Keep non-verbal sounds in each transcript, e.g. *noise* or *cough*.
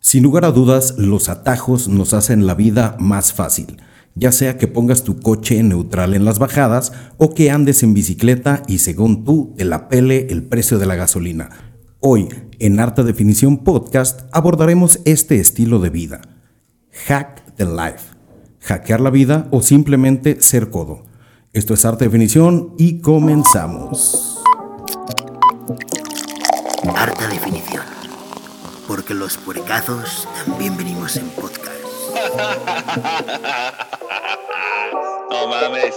Sin lugar a dudas, los atajos nos hacen la vida más fácil, ya sea que pongas tu coche en neutral en las bajadas o que andes en bicicleta y según tú te la pele el precio de la gasolina. Hoy, en Harta Definición Podcast, abordaremos este estilo de vida. Hack the Life. Hackear la vida o simplemente ser codo. Esto es Harta Definición y comenzamos. Harta Definición porque los puercazos también venimos en podcast. *laughs* no mames.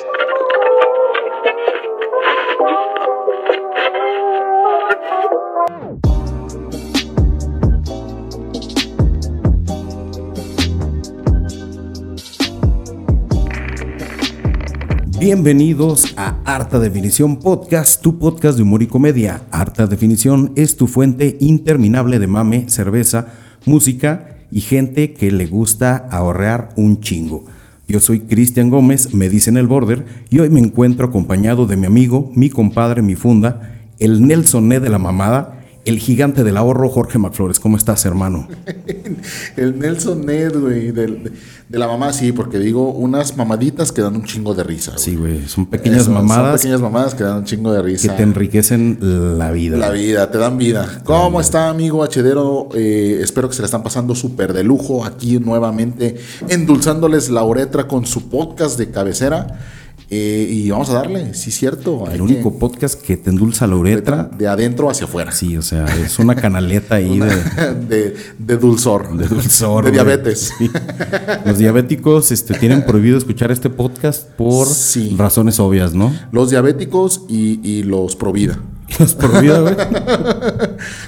Bienvenidos a Harta Definición Podcast, tu podcast de humor y comedia. Harta Definición es tu fuente interminable de mame, cerveza, música y gente que le gusta ahorrar un chingo. Yo soy Cristian Gómez, me dicen el border, y hoy me encuentro acompañado de mi amigo, mi compadre, mi funda, el Nelson Né de la mamada, el gigante del ahorro, Jorge Macflores. ¿Cómo estás, hermano? El Nelson Ned, güey, del- de la mamá, sí, porque digo unas mamaditas que dan un chingo de risa. güey. Sí, güey, son pequeñas Eso, son mamadas pequeñas mamadas que dan un chingo de que risa. te enriquecen la vida. la vida, te dan vida. ¿Cómo está, amigo Hachedero? Eh, espero que se la están pasando súper de lujo aquí nuevamente, endulzándoles la uretra con su podcast de cabecera. Eh, y vamos a darle, sí, cierto. hay El que- único podcast que te endulza la uretra. de adentro hacia afuera. Sí, o sea, es una canaleta ahí de, *laughs* De, de dulzor. de dulzor. De güey. diabetes. Sí. Los diabéticos este, tienen prohibido escuchar este podcast por Sí. razones obvias, ¿no? Los diabéticos y, y los provida. Los prohibido, güey.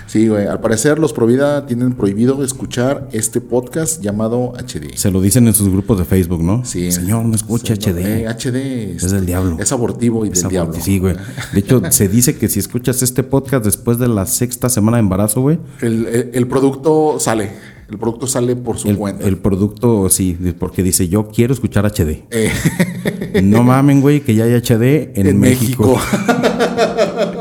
Sí, güey. Al parecer los Provida tienen prohibido escuchar este podcast llamado HD. Se lo dicen en sus grupos de Facebook, ¿no? Sí. Señor, no escuche Señor, eh, HD. HD Es del diablo. Es abortivo y Esa del diablo. Sí, güey. De hecho, se dice que si escuchas este podcast después de la sexta semana de embarazo, güey, El, el- el producto sale. El producto sale por su el, cuenta. el producto, sí, porque dice, yo quiero escuchar HD. Eh, No mamen, güey, que ya hay HD en, en México. México. *laughs*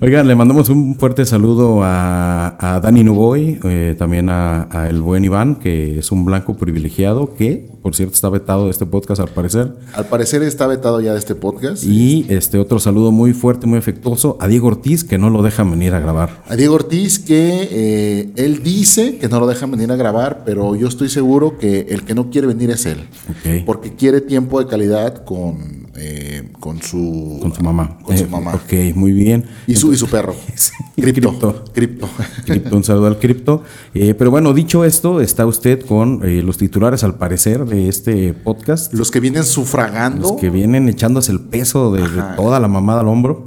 Oigan, le mandamos un fuerte saludo a, a Dani Nuboy, eh, también a, a el buen Iván, que es un blanco privilegiado, que por cierto está vetado de este podcast al parecer. Al parecer está vetado ya de este podcast. Y este otro saludo muy fuerte, muy afectuoso a Diego Ortiz, que no lo dejan venir a grabar. A Diego Ortiz que eh, él dice que no lo dejan venir a grabar, pero yo estoy seguro que el que no quiere venir es él. Ok. Porque quiere tiempo de calidad con, eh, con su... Con su mamá. Con su Eh, mamá. ok, muy bien. Y, su, y su perro. *laughs* Sí, cripto. cripto. Cripto. *laughs* Cripto, un saludo al cripto. Eh, pero bueno, dicho esto, está usted con eh, los titulares al parecer de este podcast. Los que vienen sufragando. *laughs* Los que vienen echándose el peso de, de toda la mamada al hombro.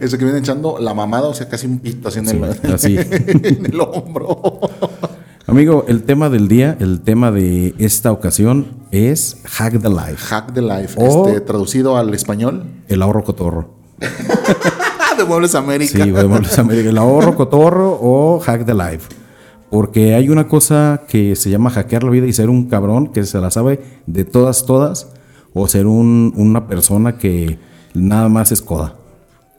Eso que viene echando la mamada, o sea, casi un pito así en, Sí, el, *laughs* así. en el hombro. Amigo, el tema del día, el tema de esta ocasión es Hack the Life, Hack the Life. O- Este, traducido al español. el ahorro cotorro. Ah, de Muebles Sí, América. podemos llamar el ahorro cotorro o Hack the Life. Porque hay una cosa que se llama hackear la vida y ser un cabrón que se la sabe de todas, todas, o ser un- una persona que nada más es coda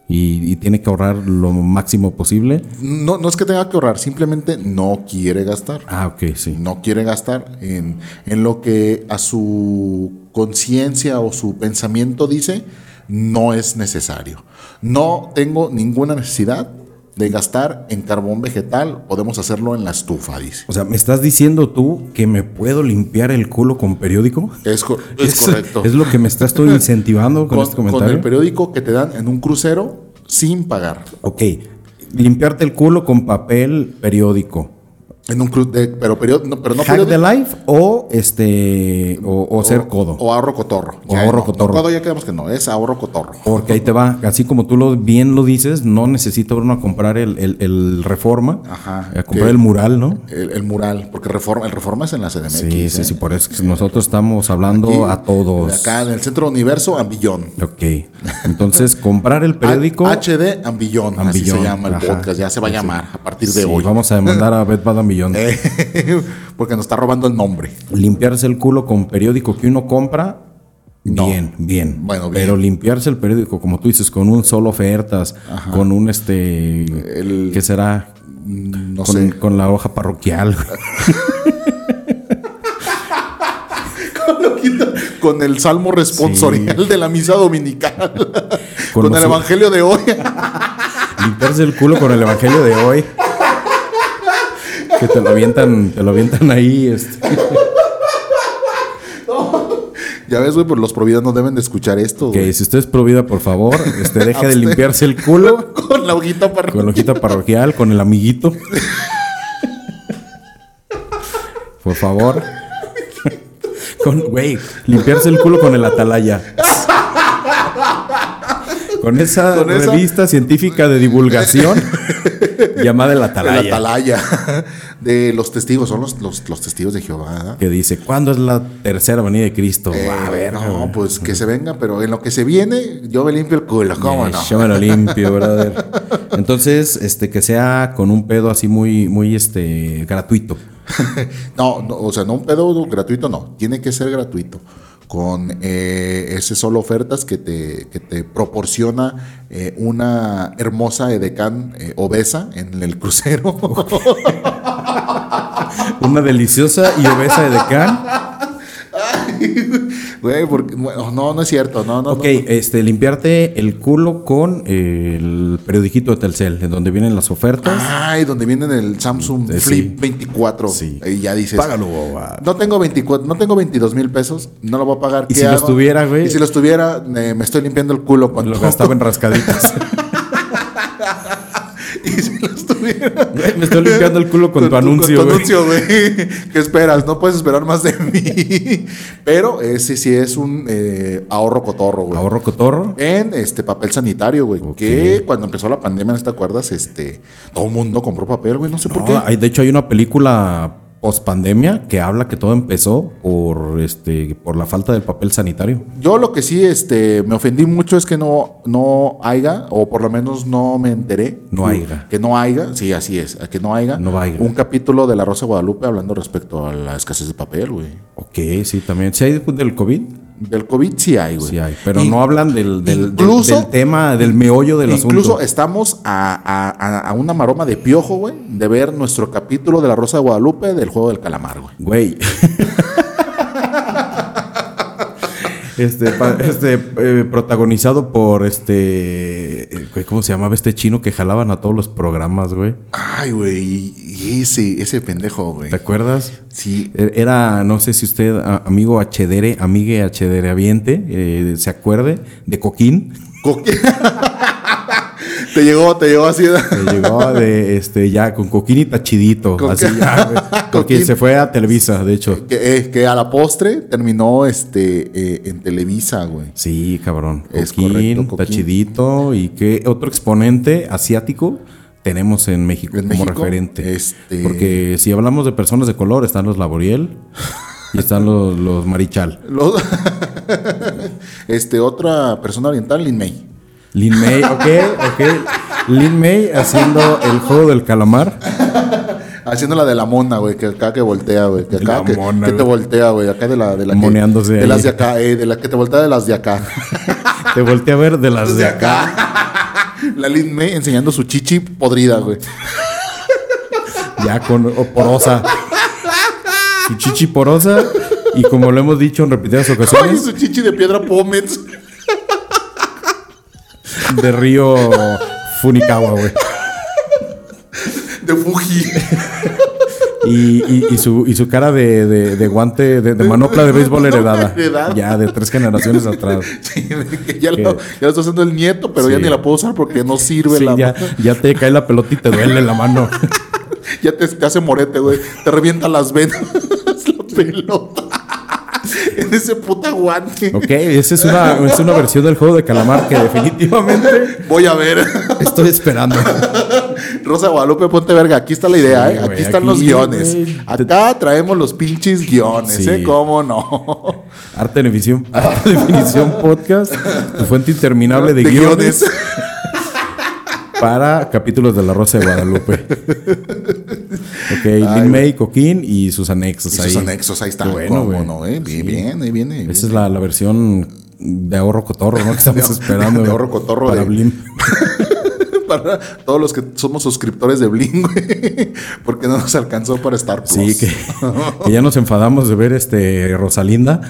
y, y tiene que ahorrar lo máximo posible. No, no es que tenga que ahorrar, simplemente no quiere gastar. Ah, ok, sí. no quiere gastar en, en lo que a su conciencia o su pensamiento dice no es necesario. No tengo ninguna necesidad de gastar en carbón vegetal, podemos hacerlo en la estufa, dice. O sea, ¿me estás diciendo tú que me puedo limpiar el culo con periódico? Es, co- es Eso correcto. Es lo que me estás tú incentivando con, con, este con comentario. el periódico que te dan en un crucero sin pagar. ok. Limpiarte el culo con papel periódico. En un cru- de- pero, periódico, no, pero no Hack the periódico, life o este o, o ser codo. O ahorro cotorro. O ahorro no, no, cotorro. codo ya quedamos que no, es ahorro cotorro. porque ahí te va, así como tú lo bien lo dices, no necesito uno a comprar el, el- el reforma, Ajá. a comprar Que- el mural, ¿no? El, el mural, porque reforma, el reforma es en la CDMX. Sí, sí, ¿eh? sí, por eso es que nosotros estamos hablando Aquí, a todos. Acá en el centro universo, Ambillón. Ok. Entonces, comprar *laughs* el periódico. Ah, A- HD Ambillón, así Ambillón, se llama el ajá. podcast, ya se va a llamar a partir de Sí, hoy. Eh, Vamos a demandar a Bed Bath and Beyond. *laughs* Porque nos está robando el nombre. Limpiarse el culo con periódico que uno compra, No. bien, bien. Bueno, bien. Pero limpiarse el periódico, como tú dices, con un solo ofertas, con un este. ¿Qué será? mm, no con, *laughs* sé. con la hoja parroquial. *laughs* güey. Con el salmo responsorial de la misa dominical. *laughs* Con, los- el evangelio de hoy. *laughs* Limpiarse el culo con el evangelio de hoy. Que te lo avientan, te lo avientan ahí. Este, ya ves, güey, pues los providas no deben de escuchar esto. güey. que si usted es pro vida, por favor, este, deje de Abste- limpiarse el culo *laughs* Con la hojita para con la hojita parroquial, con el amiguito. Por favor. Con, güey, limpiarse el culo con el atalaya. Con esa Con esa- revista científica de divulgación llamada el la atalaya. atalaya. *laughs* De los testigos, son los, los, los testigos de Jehová. ¿verdad? Que dice, ¿cuándo es la tercera venida de Cristo? Eh, a ver, no, pues que se venga, pero en lo que se viene, yo me limpio el culo, ¿cómo no? Yo me lo limpio, brother. Entonces, este, que sea con un pedo así muy, muy, este, gratuito. No, no, o sea, no un pedo gratuito, no. Tiene que ser gratuito. Con eh, ese solo ofertas que te, que te proporciona eh, una hermosa edecán eh, obesa en el *laughs* crucero. Una deliciosa y obesa de can. Güey, porque, bueno, no, no es cierto. No, no, Ok, no. este, limpiarte el culo con eh, el periodiquito de Telcel, en donde vienen las ofertas. Ay, donde vienen el Samsung Eh, sí. Flip 24. Sí. Y ya dices. Págalo, boba. No tengo 24, no tengo 22 mil pesos, no lo voy a pagar. Y ¿qué si los hago? tuviera, güey. Y si los tuviera, eh, me estoy limpiando el culo cuando Lo gastaba en rascaditas. *laughs* y si los tuviera. Güey, Me estoy limpiando el culo con tu anuncio, Con tu güey. anuncio, güey. ¿Qué esperas? No puedes esperar más de mí. Pero eh, sí, sí es un eh, ahorro cotorro, güey. Ahorro cotorro. En este papel sanitario, güey. Ok. Que cuando empezó la pandemia, ¿no te acuerdas? Este, todo el mundo compró papel, güey. No sé por No, qué. hay- de hecho, hay una película post pandemia que habla que todo empezó por este por la falta del papel sanitario. Yo lo que sí este, me ofendí mucho es que no, no haya, o por lo menos no me enteré. No haya. Que no haya, sí, así es, que no haya, No haya. un capítulo de La Rosa de Guadalupe hablando respecto a la escasez de papel, güey. Ok, sí, también. Si hay después del COVID, Del COVID sí hay, güey. sí hay. Pero Y- no hablan del, del, del- incluso- del tema, del meollo del Incluso asunto. estamos a, a- a- a una maroma de piojo, güey, de ver nuestro capítulo de La Rosa de Guadalupe del juego del calamar, güey. Güey. *laughs* Este, pa- este eh, protagonizado por este. eh, güey, ¿Cómo se llamaba este chino que jalaban a todos los programas, güey? Ay, güey, y ese, ese pendejo, güey. ¿Te acuerdas? Sí, Er- Era, no sé si usted, a- amigo Hedere, amigue Hedere Aviente, eh, se acuerde, de Coquín. coque. te llegó, te llegó así. que llegó de, este, ya con Coquín y Tachidito. Con así que- ya, *laughs* güey, Porque Coquín. se fue a Televisa, de hecho. *laughs* Que, eh, que a la postre terminó este eh, en Televisa, güey. Sí, cabrón. Es Coquín, correcto, Coquín. Tachidito y qué otro exponente asiático tenemos en México ¿En como México? referente. Este- Porque si hablamos de personas de color, están los Laboriel y están los, los Marichal. Los- *laughs* este, otra persona oriental, Lin May. Lin May, *laughs* ok, ok. Lin May haciendo el juego del calamar. Haciendo la de la mona, güey, que acá que voltea, güey. Que De la acá que, mona, que te güey. voltea, güey. Acá de la de la que- Moneándose de ahí. las de acá, eh, de la que te voltea de las de acá. Te volteé a ver de las de acá. *laughs* La Lin May enseñando su chichi podrida, *laughs* güey. Ya con o porosa. Su chichi porosa. Y como lo hemos dicho en repetidas Ay, *laughs* ocasiones, su chichi de piedra pómez. de río Funikawa, güey. De Fuji. Y, y- y su, y su cara de, de- de guante, de, de manopla de béisbol heredada. Heredada. Ya de tres generaciones *laughs* atrás. *laughs* Sí, que ya, lo, ya lo está haciendo el nieto, pero ya Sí. ni la puedo usar porque no sirve Sí, la ya, ya te cae la pelota y te duele la mano. Ya te, te hace morete, güey. Te revienta las venas *laughs* la pelota. *laughs* en ese puta guante. Ok, esa es una, es una versión del juego de calamar que definitivamente Voy a ver. *laughs* estoy esperando. Rosa Guadalupe, ponte verga. Aquí está la idea, Sí, ¿eh? güey, Aquí están aquí, los guiones. güey, te- Acá traemos los pinches guiones, Sí. ¿eh? ¿Cómo no? Arte de Definición, Arte de Definición Podcast, tu fuente interminable de, guiones para capítulos de La Rosa de Guadalupe. ok, Lin May, Coquín y sus anexos Y pues ahí. sus anexos, ahí están. Bueno, ¿Cómo güey. no, eh? Bien, bien, ahí viene. bien. Esa es la, la *laughs* versión de ahorro cotorro, ¿no? Que estamos De- esperando. de ahorro cotorro Para de- Blim. *laughs* para todos los que somos suscriptores de Bling, güey, *laughs* porque no nos alcanzó para Star Plus. Sí, que, que ya nos enfadamos de ver este *laughs* Rosalinda.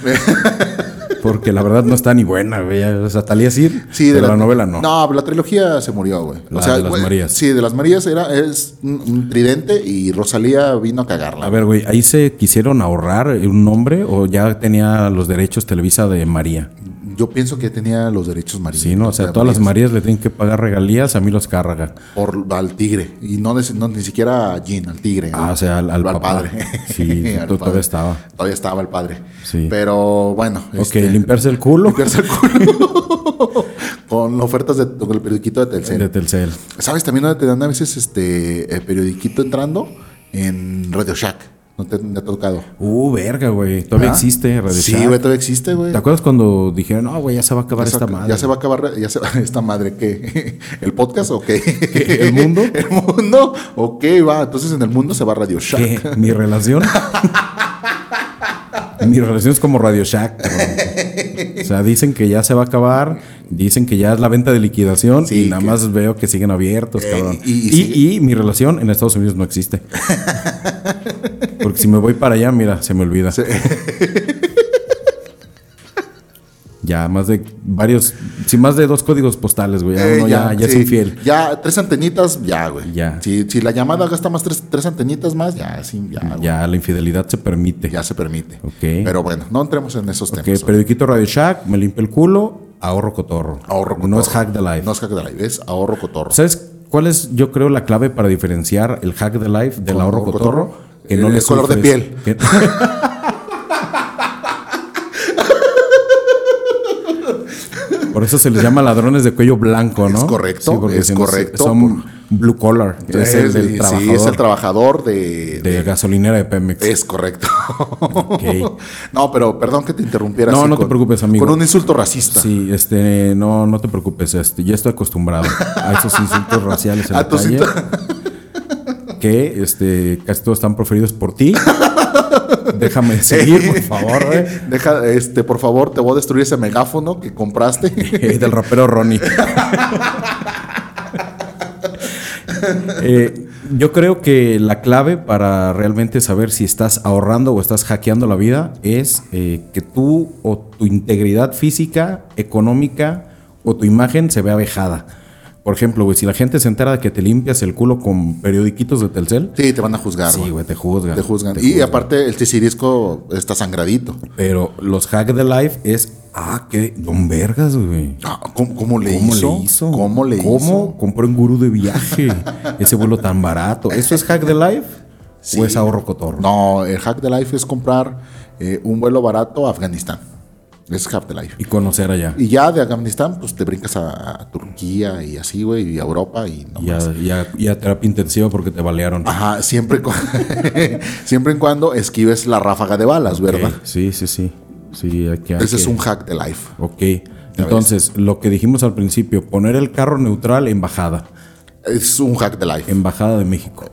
Porque la verdad no está ni buena, güey. O sea, Talía Sir, Sí, de la, novela no. No, la trilogía se murió, güey. La de las güey, Marías. Sí, de las Marías era es un, un tridente y Rosalía vino a cagarla. A ver, güey, ahí se quisieron ahorrar un nombre o ya tenía los derechos Televisa de María. Yo pienso que tenía los derechos marinos. Sí, ¿no? O sea, todas las Marías le tienen que pagar regalías a Milos Cárraga. Por, al tigre. Y no, des- no, ni siquiera a Jean, al tigre. Ah, o sea, al- al papá. padre. Sí, sí, *laughs* Al todavía estaba. Todavía estaba el padre. Sí. Pero bueno. este, ok, limpiarse el culo limpiarse el culo. *laughs* Con ofertas de, con el periodiquito de Telcel. de Telcel. ¿Sabes? También donde te dan a veces este eh, periodiquito entrando en Radio Shack. No te, no te ha tocado. Uh, verga, güey. Todavía ¿Ah? existe Radio Sí, Shack. güey, todavía existe, güey. ¿Te acuerdas cuando dijeron, no, güey, ya se va a acabar Ya se- esta madre? Ya se va a acabar ya se va- *laughs* esta madre que *laughs* el podcast o qué? ¿El mundo? *laughs* el mundo, ok, va. Entonces en el mundo se va Radio Shack. ¿Qué? *laughs* ¿Mi relación? Mi relación es como Radio Shack. cabrón. O sea, dicen que ya se va a acabar, dicen que ya es la venta de liquidación Sí, y nada que- más veo que siguen abiertos, Eh, cabrón. y- Y, y sigue- y mi relación en Estados Unidos no *laughs* existe. Porque si me voy para allá, mira, se me olvida. Ya, más de varios, si más de dos códigos postales, güey. Ya, Eh, uno ya, ya es sí. infiel. Ya, tres antenitas, ya, güey. Ya. Si, si la llamada gasta más tres, tres antenitas más, ya, sí, ya, güey. Ya la infidelidad se permite. Ya se permite. Ok. Pero bueno, no entremos en esos Ok, temas. güey. periodiquito Radio Shack, me limpio el culo, ahorro cotorro. Ahorro No cotorro. es hack the life. No es hack the life, es ahorro cotorro. ¿Sabes cuál es, yo creo, la clave para diferenciar el hack de life del Con ahorro ahorro cotorro? cotorro. eh, El color de piel. *laughs* que- Por eso se les llama ladrones de cuello blanco, ¿no? Es correcto, porque es si no, correcto, Eh, Son blue collar, que es el del sí, trabajador es el trabajador de. de gasolinera de Pemex. Es correcto. *laughs* Ok. No, pero perdón que te interrumpiera. No, así no te preocupes, amigo. Con un insulto racista. Sí, este, no, no te preocupes, este, ya estoy acostumbrado a esos *laughs* insultos raciales en A la tus calle, insultos. que, este, casi todos están preferidos por ti. Déjame seguir, por favor, güey. *laughs* Deja, este, por favor, te voy a destruir ese megáfono *laughs* que compraste. Eh, del rapero *laughs* Ronnie. Eh, yo creo que la clave para realmente saber si estás ahorrando o estás hackeando la vida es eh, que tú o tu integridad física, económica o tu imagen se vea vejada. Por ejemplo, güey, si la gente se entera de que te limpias el culo con periodiquitos de Telcel, Sí, te van a juzgar. sí, güey, te juzgan. Te juzgan. Te y aparte, el tisirisco está sangradito. Pero los hack de life es, ah, que don vergas, güey. Ah, ¿Cómo, cómo le ¿Cómo hizo? le hizo? ¿Cómo le hizo? ¿Cómo compró un gurú de viaje? *laughs* Ese vuelo tan barato. ¿Eso es hack the life? ¿O es ahorro cotorro? No, el hack de life es comprar eh, un vuelo barato a Afganistán. Es hack de life. Y conocer allá. Y ya de Afganistán, pues te brincas a, a Turquía y así, güey, y a Europa y no Y a, más. y a- y a terapia intensiva porque te balearon. Ajá, siempre, y cu- *laughs* siempre en cuando esquives la ráfaga de balas, Ok, ¿verdad? Sí, sí, sí. Sí, aquí hay Ese es que- un hack de life. Ok. Entonces, lo que dijimos al principio, poner el carro neutral en bajada. Es un hack de life. *laughs* Embajada de México.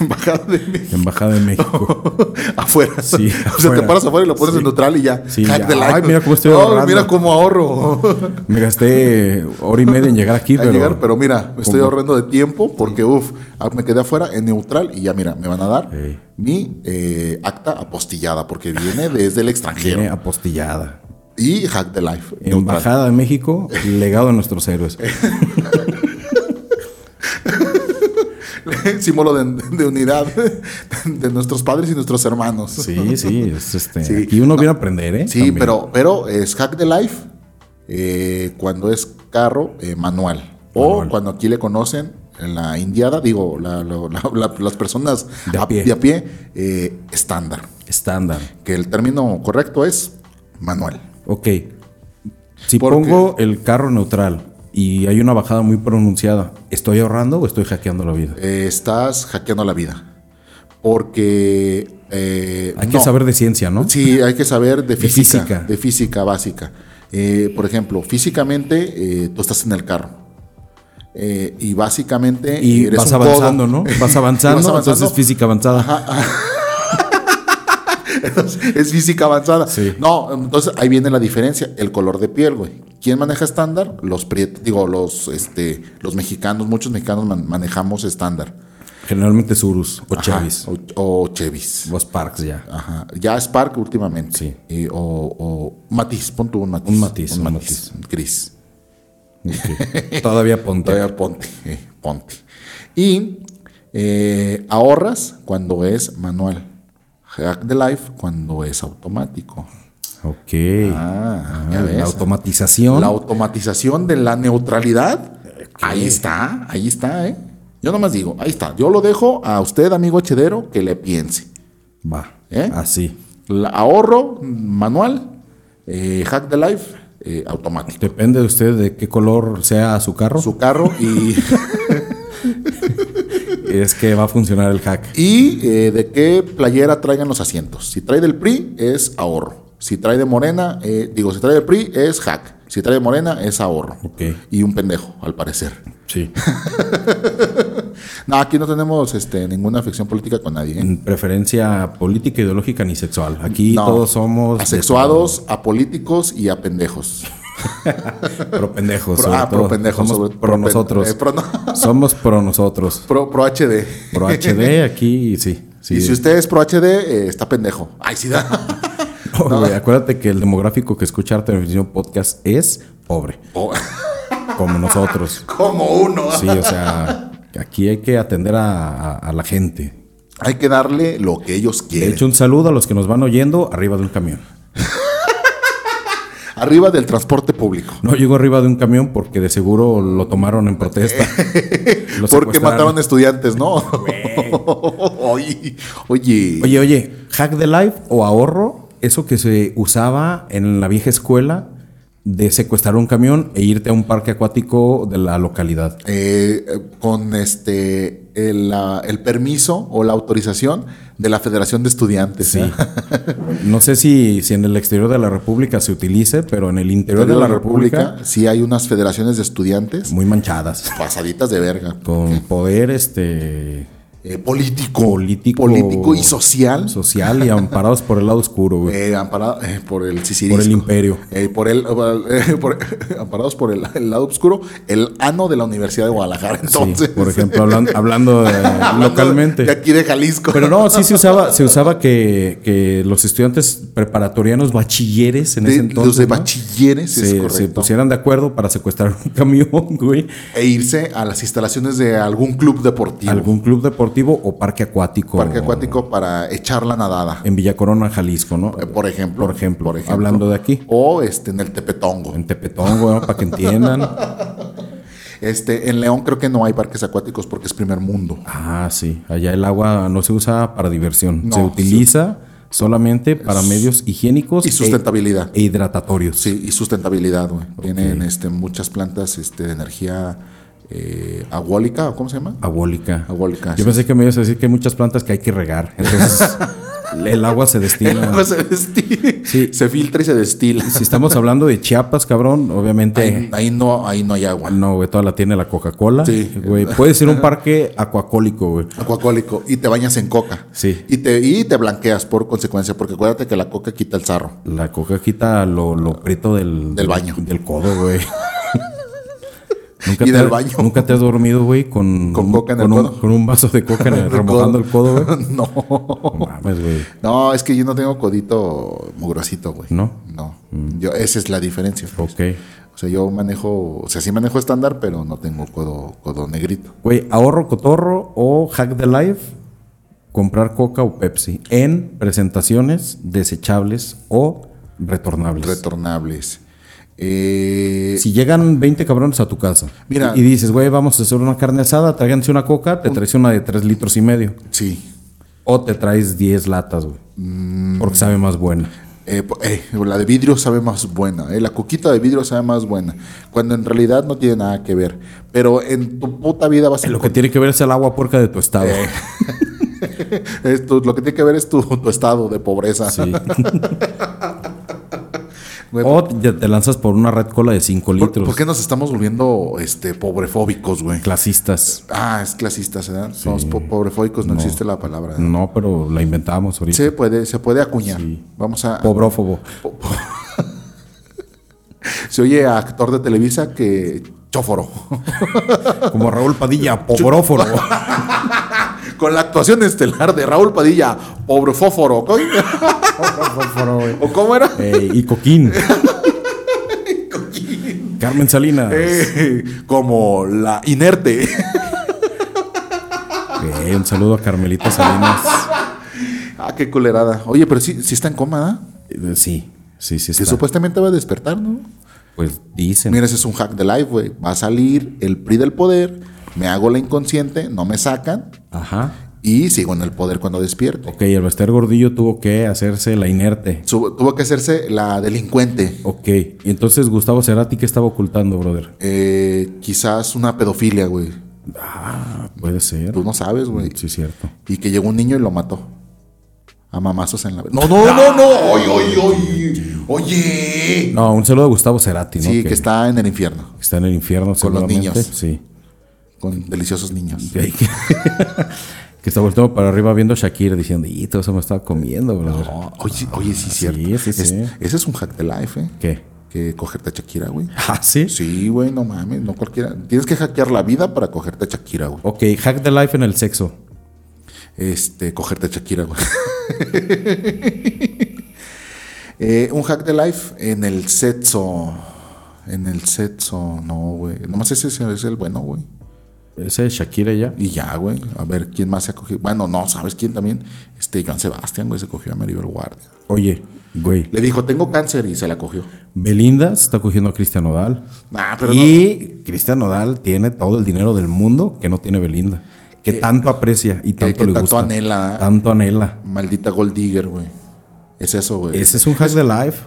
Embajada de México. *laughs* Embajada de México. afuera. Sí, O sea, te afuera. paras afuera y lo pones en neutral y ya. Sí, hack ya. de life. Ay, mira cómo estoy Ay, ahorrando. mira cómo ahorro. *laughs* Me gasté hora y media en llegar aquí, a pero. llegar, pero mira, me estoy ¿Cómo? ahorrando de tiempo porque, uff, me quedé afuera en neutral y ya, mira, me van a dar Ey. mi eh, acta apostillada *laughs* porque viene desde el extranjero. Viene apostillada. Y Hack the Life. neutral. Embajada de México, legado de nuestros héroes. *laughs* Símbolo de, de unidad *laughs* de nuestros padres y nuestros hermanos. Sí, sí, es este. Sí. Aquí uno viene a aprender, ¿eh? *laughs* Sí, También. pero, pero es Hack the Life eh, cuando es carro eh, manual. O Manual. cuando aquí le conocen en la indiada, digo, la- la- la- la- las personas De a pie. pie, eh, estándar. Estándar. Que el término correcto es manual. Ok. Si Porque- pongo el carro neutral y hay una bajada muy pronunciada, ¿estoy ahorrando o estoy hackeando la vida? Eh, estás hackeando la vida. Porque. eh, Hay que no. saber de ciencia, ¿no? Sí, hay que saber De de física. De física, física. básica. Eh, por ejemplo, físicamente eh, tú estás en el carro. Eh, y básicamente. Y eres vas un codo. avanzando, *laughs* ¿no? Vas avanzando, Y vas entonces física avanzada. es física avanzada. Sí. No, entonces ahí viene la diferencia. El color de piel, güey. ¿Quién maneja estándar? Los priet- digo, los, este, los mexicanos, muchos mexicanos man- manejamos estándar. Generalmente Surus o Ajá, Chevys. O, o Chevys. O Sparks ya. Ajá. Ya Spark últimamente. Sí. Y- o, o Matiz, pon tú un Matiz. Un Matiz, Un un Matiz. Gris. Ok. Todavía ponte. Todavía ponte, eh, ponte. Y eh, ahorras cuando es manual. Hack the Life cuando es automático. Ok. Ah, Ah, ya ves. la automatización. La automatización de la neutralidad. Ahí está, ahí está, ¿eh? Yo nomás digo, ahí está. Yo lo dejo a usted, amigo chedero, que le piense. Va. ¿Eh? Así. La- ahorro manual, eh, hack the life, eh, automático. Depende de usted de qué color sea su carro. Su carro y, Es que va a funcionar el hack. y eh, de qué playera traigan los asientos. Si trae del PRI es ahorro. Si trae de Morena, eh, digo, si trae del PRI es hack. Si trae de Morena es ahorro. Ok. Y un pendejo, al parecer. Sí. No, aquí no tenemos este, ninguna afección política con nadie. ¿eh? En preferencia política, ideológica ni sexual. Aquí No. todos somos. de Asexuados, a políticos y a pendejos. todo. Pro pendejos. Pro- sobre ah, todo. pro pendejos. Somos sobre- pro pen- nosotros. eh, pro, *laughs* no, Somos pro nosotros. pro- pro HD. Pro HD aquí, sí. sí. Y si usted es pro HD, eh, está pendejo. Ay, sí da. *laughs* No, güey, acuérdate que el demográfico que escucha Arte en Televisión Podcast es pobre, Oh, como nosotros. como uno. Sí, o sea, aquí hay que atender a, a- a la gente. Hay que darle lo que ellos De quieren. hecho, un saludo a los que nos van oyendo arriba de un camión. Arriba del transporte público. No llegó arriba de un camión porque de seguro lo tomaron en *laughs* protesta. Lo Porque secuestraron. mataron estudiantes, ¿no? *laughs* oye, oye. Oye, oye, hack de life o ahorro, eso que se usaba en la vieja escuela de secuestrar un camión e irte a un parque acuático de la localidad. Eh, eh, con este el, la- el permiso o la autorización de la Federación de Estudiantes. Sí. ¿eh? No sé si, si en el exterior de la República se utilice, pero en el interior de la República, sí hay unas federaciones de estudiantes muy manchadas. pasaditas de verga. Con poder este Eh, político. político, Político y social. Social y amparados por el lado oscuro, güey. eh, amparado, eh, por el sicirisco. Pues Por el imperio. Eh, por el, *laughs* eh, por- amparados por el, el lado oscuro, el ano de la Universidad de Guadalajara. Sí, Entonces, por *laughs* ejemplo, hablan- hablando, de- hablando localmente. De aquí de Jalisco. Pero no, sí se usaba, se usaba que, que los estudiantes preparatorianos, bachilleres en *laughs* De- ese entonces. los de ¿no? pues, bachilleres, se, es se correcto. pusieran de acuerdo para secuestrar un *laughs* camión, güey. e irse a las instalaciones de algún club deportivo. Algún club deportivo o parque acuático. parque acuático para echar la nadada. En Villa Corona, Jalisco, ¿no? eh, Por ejemplo, Por ejemplo, hablando de aquí. O este, en el Tepetongo. En Tepetón, güey, para que entiendan. Este, en León creo que no hay parques acuáticos porque es primer mundo. Ah, sí. Allá el agua no se usa para diversión. No, se sí. utiliza solamente para medios higiénicos Y sustentabilidad. e, e hidratatorios. Sí, y sustentabilidad, güey. Tienen este, muchas plantas este, de energía eh, aguólica, ¿o ¿cómo se llama? Aguólica. Aguólica, Yo sí. pensé que me ibas a decir que hay muchas plantas que hay que regar. Entonces, *laughs* el agua se El destila. agua se destila. Sí. Se filtra y se destila. Si estamos hablando de Chiapas, cabrón, obviamente. Ahí, ahí no, ahí no hay agua. No, güey, toda la tiene la Coca-Cola. Sí. Güey, puede ser un parque acuacólico, güey. Acuacólico. Y te bañas en coca. Sí. Y te, y te blanqueas por consecuencia, porque acuérdate que la coca quita el sarro. *laughs* La coca quita lo, lo prieto del, Del baño. Del codo, *laughs* güey. ¿Nunca, Y te, del ha- baño. Nunca te has dormido, güey, con, Con un- coca en el con un, codo. con un vaso de coca en *laughs* el- remojando el codo, güey. no. No mames, güey. No, es que yo no tengo codito mugrosito, güey. ¿No? Mm. No. Yo, esa es la diferencia. pues. Ok. O sea, yo manejo, o sea, sí manejo estándar, pero no tengo codo, codo negrito. Güey, ahorro cotorro o hack the life, comprar coca o Pepsi en presentaciones desechables o retornables. Retornables. Eh, si llegan 20 cabrones a tu casa Mira. y dices, güey, vamos a hacer una carne asada, tráiganse una coca, te traes una de 3 litros y medio. Sí. O te traes 10 latas, güey. Mm. Porque sabe más buena. Eh, po- eh, la de vidrio sabe más buena. eh, La coquita de vidrio sabe más buena. Cuando en realidad no tiene nada que ver. Pero en tu puta vida vas a Lo que tiene que ver es el agua puerca de tu estado. Eh, Es tu- lo que tiene que ver es tu, tu estado de pobreza. Sí. Güey, o te, te lanzas por una red cola de 5 ¿Por, litros. por qué nos estamos volviendo este, pobrefóbicos, güey? Clasistas. Ah, es clasistas, ¿verdad? Somos po- pobrefóbicos, no, existe la palabra. ¿eh? ¿verdad? No, pero la inventamos ahorita. Se puede, se puede acuñar. Vamos a. Pobrófobo. Se oye a actor de Televisa que chóforo. Como Raúl Padilla, pobróforo. Con la actuación estelar de Raúl Padilla, pobre fóforo. ¿cómo? ¿O cómo *laughs* era? Eh, y Coquín. Carmen Salinas. Eh, como la inerte. Eh, un saludo a Carmelita Salinas. *laughs* ah, qué culerada. Oye, pero sí, sí está en coma, ¿ah? Eh, Sí, sí, sí. Que Está. supuestamente va a despertar, ¿no? Pues dicen. Mira, ese es un hack de life, güey. Va a salir el PRI del poder, me hago la inconsciente, no me sacan Ajá. y sigo en el poder cuando despierto. Ok, el Bester Gordillo tuvo que hacerse la inerte. Su- tuvo que hacerse la delincuente. Ok, y entonces Gustavo Cerati, ¿qué estaba ocultando, brother? Eh, quizás una pedofilia, güey. Ah, puede ser. Tú no sabes, güey. Sí, cierto. Y que llegó un niño y lo mató. A mamazos en la... No, no, no, no. *laughs* Oye, oye, oye. Oye. No, un saludo a Gustavo Cerati, ¿no? Sí, que está en el infierno. que está en el infierno, Con los seguramente. niños. Sí. Con deliciosos niños. Que, que *laughs* está volteando para arriba viendo a Shakira diciendo, y todo eso me estaba comiendo, brother. No, oye, oye, sí, es cierto. sí, sí, Es- sí. ese es un hack de life, ¿eh? ¿Qué? Que cogerte a Shakira, güey. ¿Ah, sí? Sí, güey, no mames, no cualquiera. Tienes que hackear la vida para cogerte a Shakira, güey. Ok, hack the life en el sexo. Este, cogerte a Shakira, güey. *laughs* Eh, un hack de life en el sexo. En el sexo, no, güey. Nomás ese es- es el bueno, güey. Ese de Shakira ya. Y ya, güey. A ver, ¿quién más se ha cogido? Bueno, no, ¿sabes quién también? Este, Joan Sebastián, güey, se cogió a Maribel Guardia. Oye, güey, Le dijo, tengo cáncer y se la cogió. Belinda se está cogiendo a Cristian Nodal. Nah, pero y Cristian Nodal tiene todo el dinero del mundo que no tiene Belinda. Que tanto aprecia y tanto Eh, que le tanto gusta. Ah. anhela. Tanto anhela. no. Maldita Gold Digger, güey. Es eso, güey. Ese es un hack de life.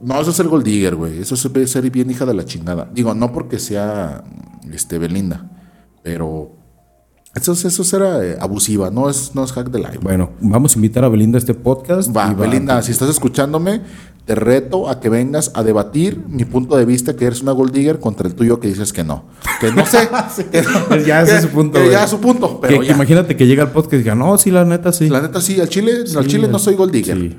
No, eso es el Gold Digger, güey. Eso es ser bien hija de la chingada. Digo, no porque sea este, Belinda, pero eso, es- eso será eh, abusiva, no es, no es hack de live. Bueno, vamos a invitar a Belinda a este podcast. Va, y Belinda, si estás escuchándome, te reto a que vengas a debatir mi punto de vista que eres una Gold Digger contra el tuyo que dices que no. Que *laughs* no sé. que no- Ya ese es su punto, que güey. *laughs* ya es su punto, Que- pero que ya. imagínate que llega al podcast y diga, no, sí, la neta, sí. La neta sí, al chile, al chile no soy Gold Digger. sí.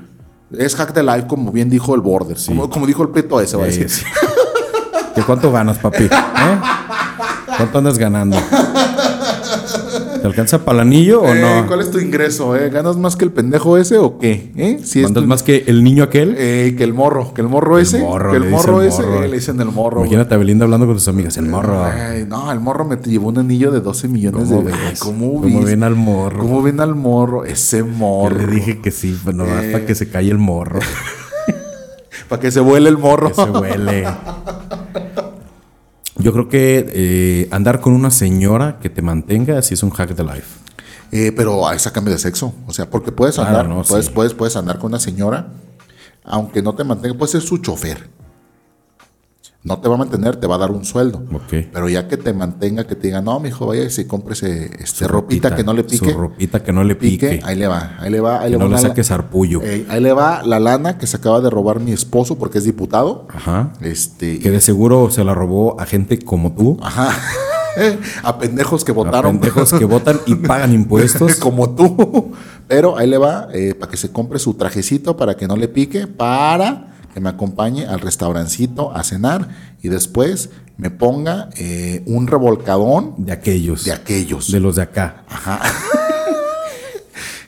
Es hack de live, como bien dijo el Border, como, como dijo el Peto ese, va a Eh, decir. sí. ¿De cuánto ganas, papi? ¿Eh? ¿Cuánto andas ganando? ¿Te alcanza para el anillo o Eh, no? ¿Cuál es tu ingreso? eh? ¿Ganas más que el pendejo ese o qué? ¿Eh? Si es ¿Mandas tu- más que el niño aquel? eh, que el morro, que el morro ese, morro, que el le dicen morro el ese, morro. eh, le dicen el morro. güey. Imagínate a Belinda hablando con sus amigas. El morro. Ay, no, el morro me te llevó un anillo de 12 millones ¿Cómo de ves? Ay, ¿Cómo, ¿Cómo vis- ven al morro? ¿Cómo ven al morro? Ese Yo morro. Eh. le dije que sí, pero no basta que se calle el morro. Para que se vuele el morro. Que se huele. Yo creo que eh, andar con una señora que te mantenga sí es un hack de life. Eh, pero a esa cambio de sexo. O sea, porque puedes Claro, andar, no, puedes, sí. puedes, puedes andar con una señora, aunque no te mantenga, puedes ser su chofer. No te va a mantener, te va a dar un sueldo. Ok. Pero ya que te mantenga, que te diga, no, mijo, vaya y se cómprese este, Su ropita, que no le pique. Su ropita que no le pique, pique. Ahí le va, ahí le va, ahí que le no Eh. va. le una la- saques arpullo. Ey, ahí le va la lana que se acaba de robar mi esposo porque es diputado. Ajá. Este. y- Que de seguro se la robó a gente como tú. Ajá. *laughs* a pendejos que a votaron. pendejos que votan y *laughs* pagan impuestos. Ah, como tú. *laughs* Pero ahí le va eh, para que se compre su trajecito para que no le pique, para que me acompañe al restaurancito a cenar y después me ponga eh, un revolcadón De aquellos. de aquellos. Ah, De los de acá.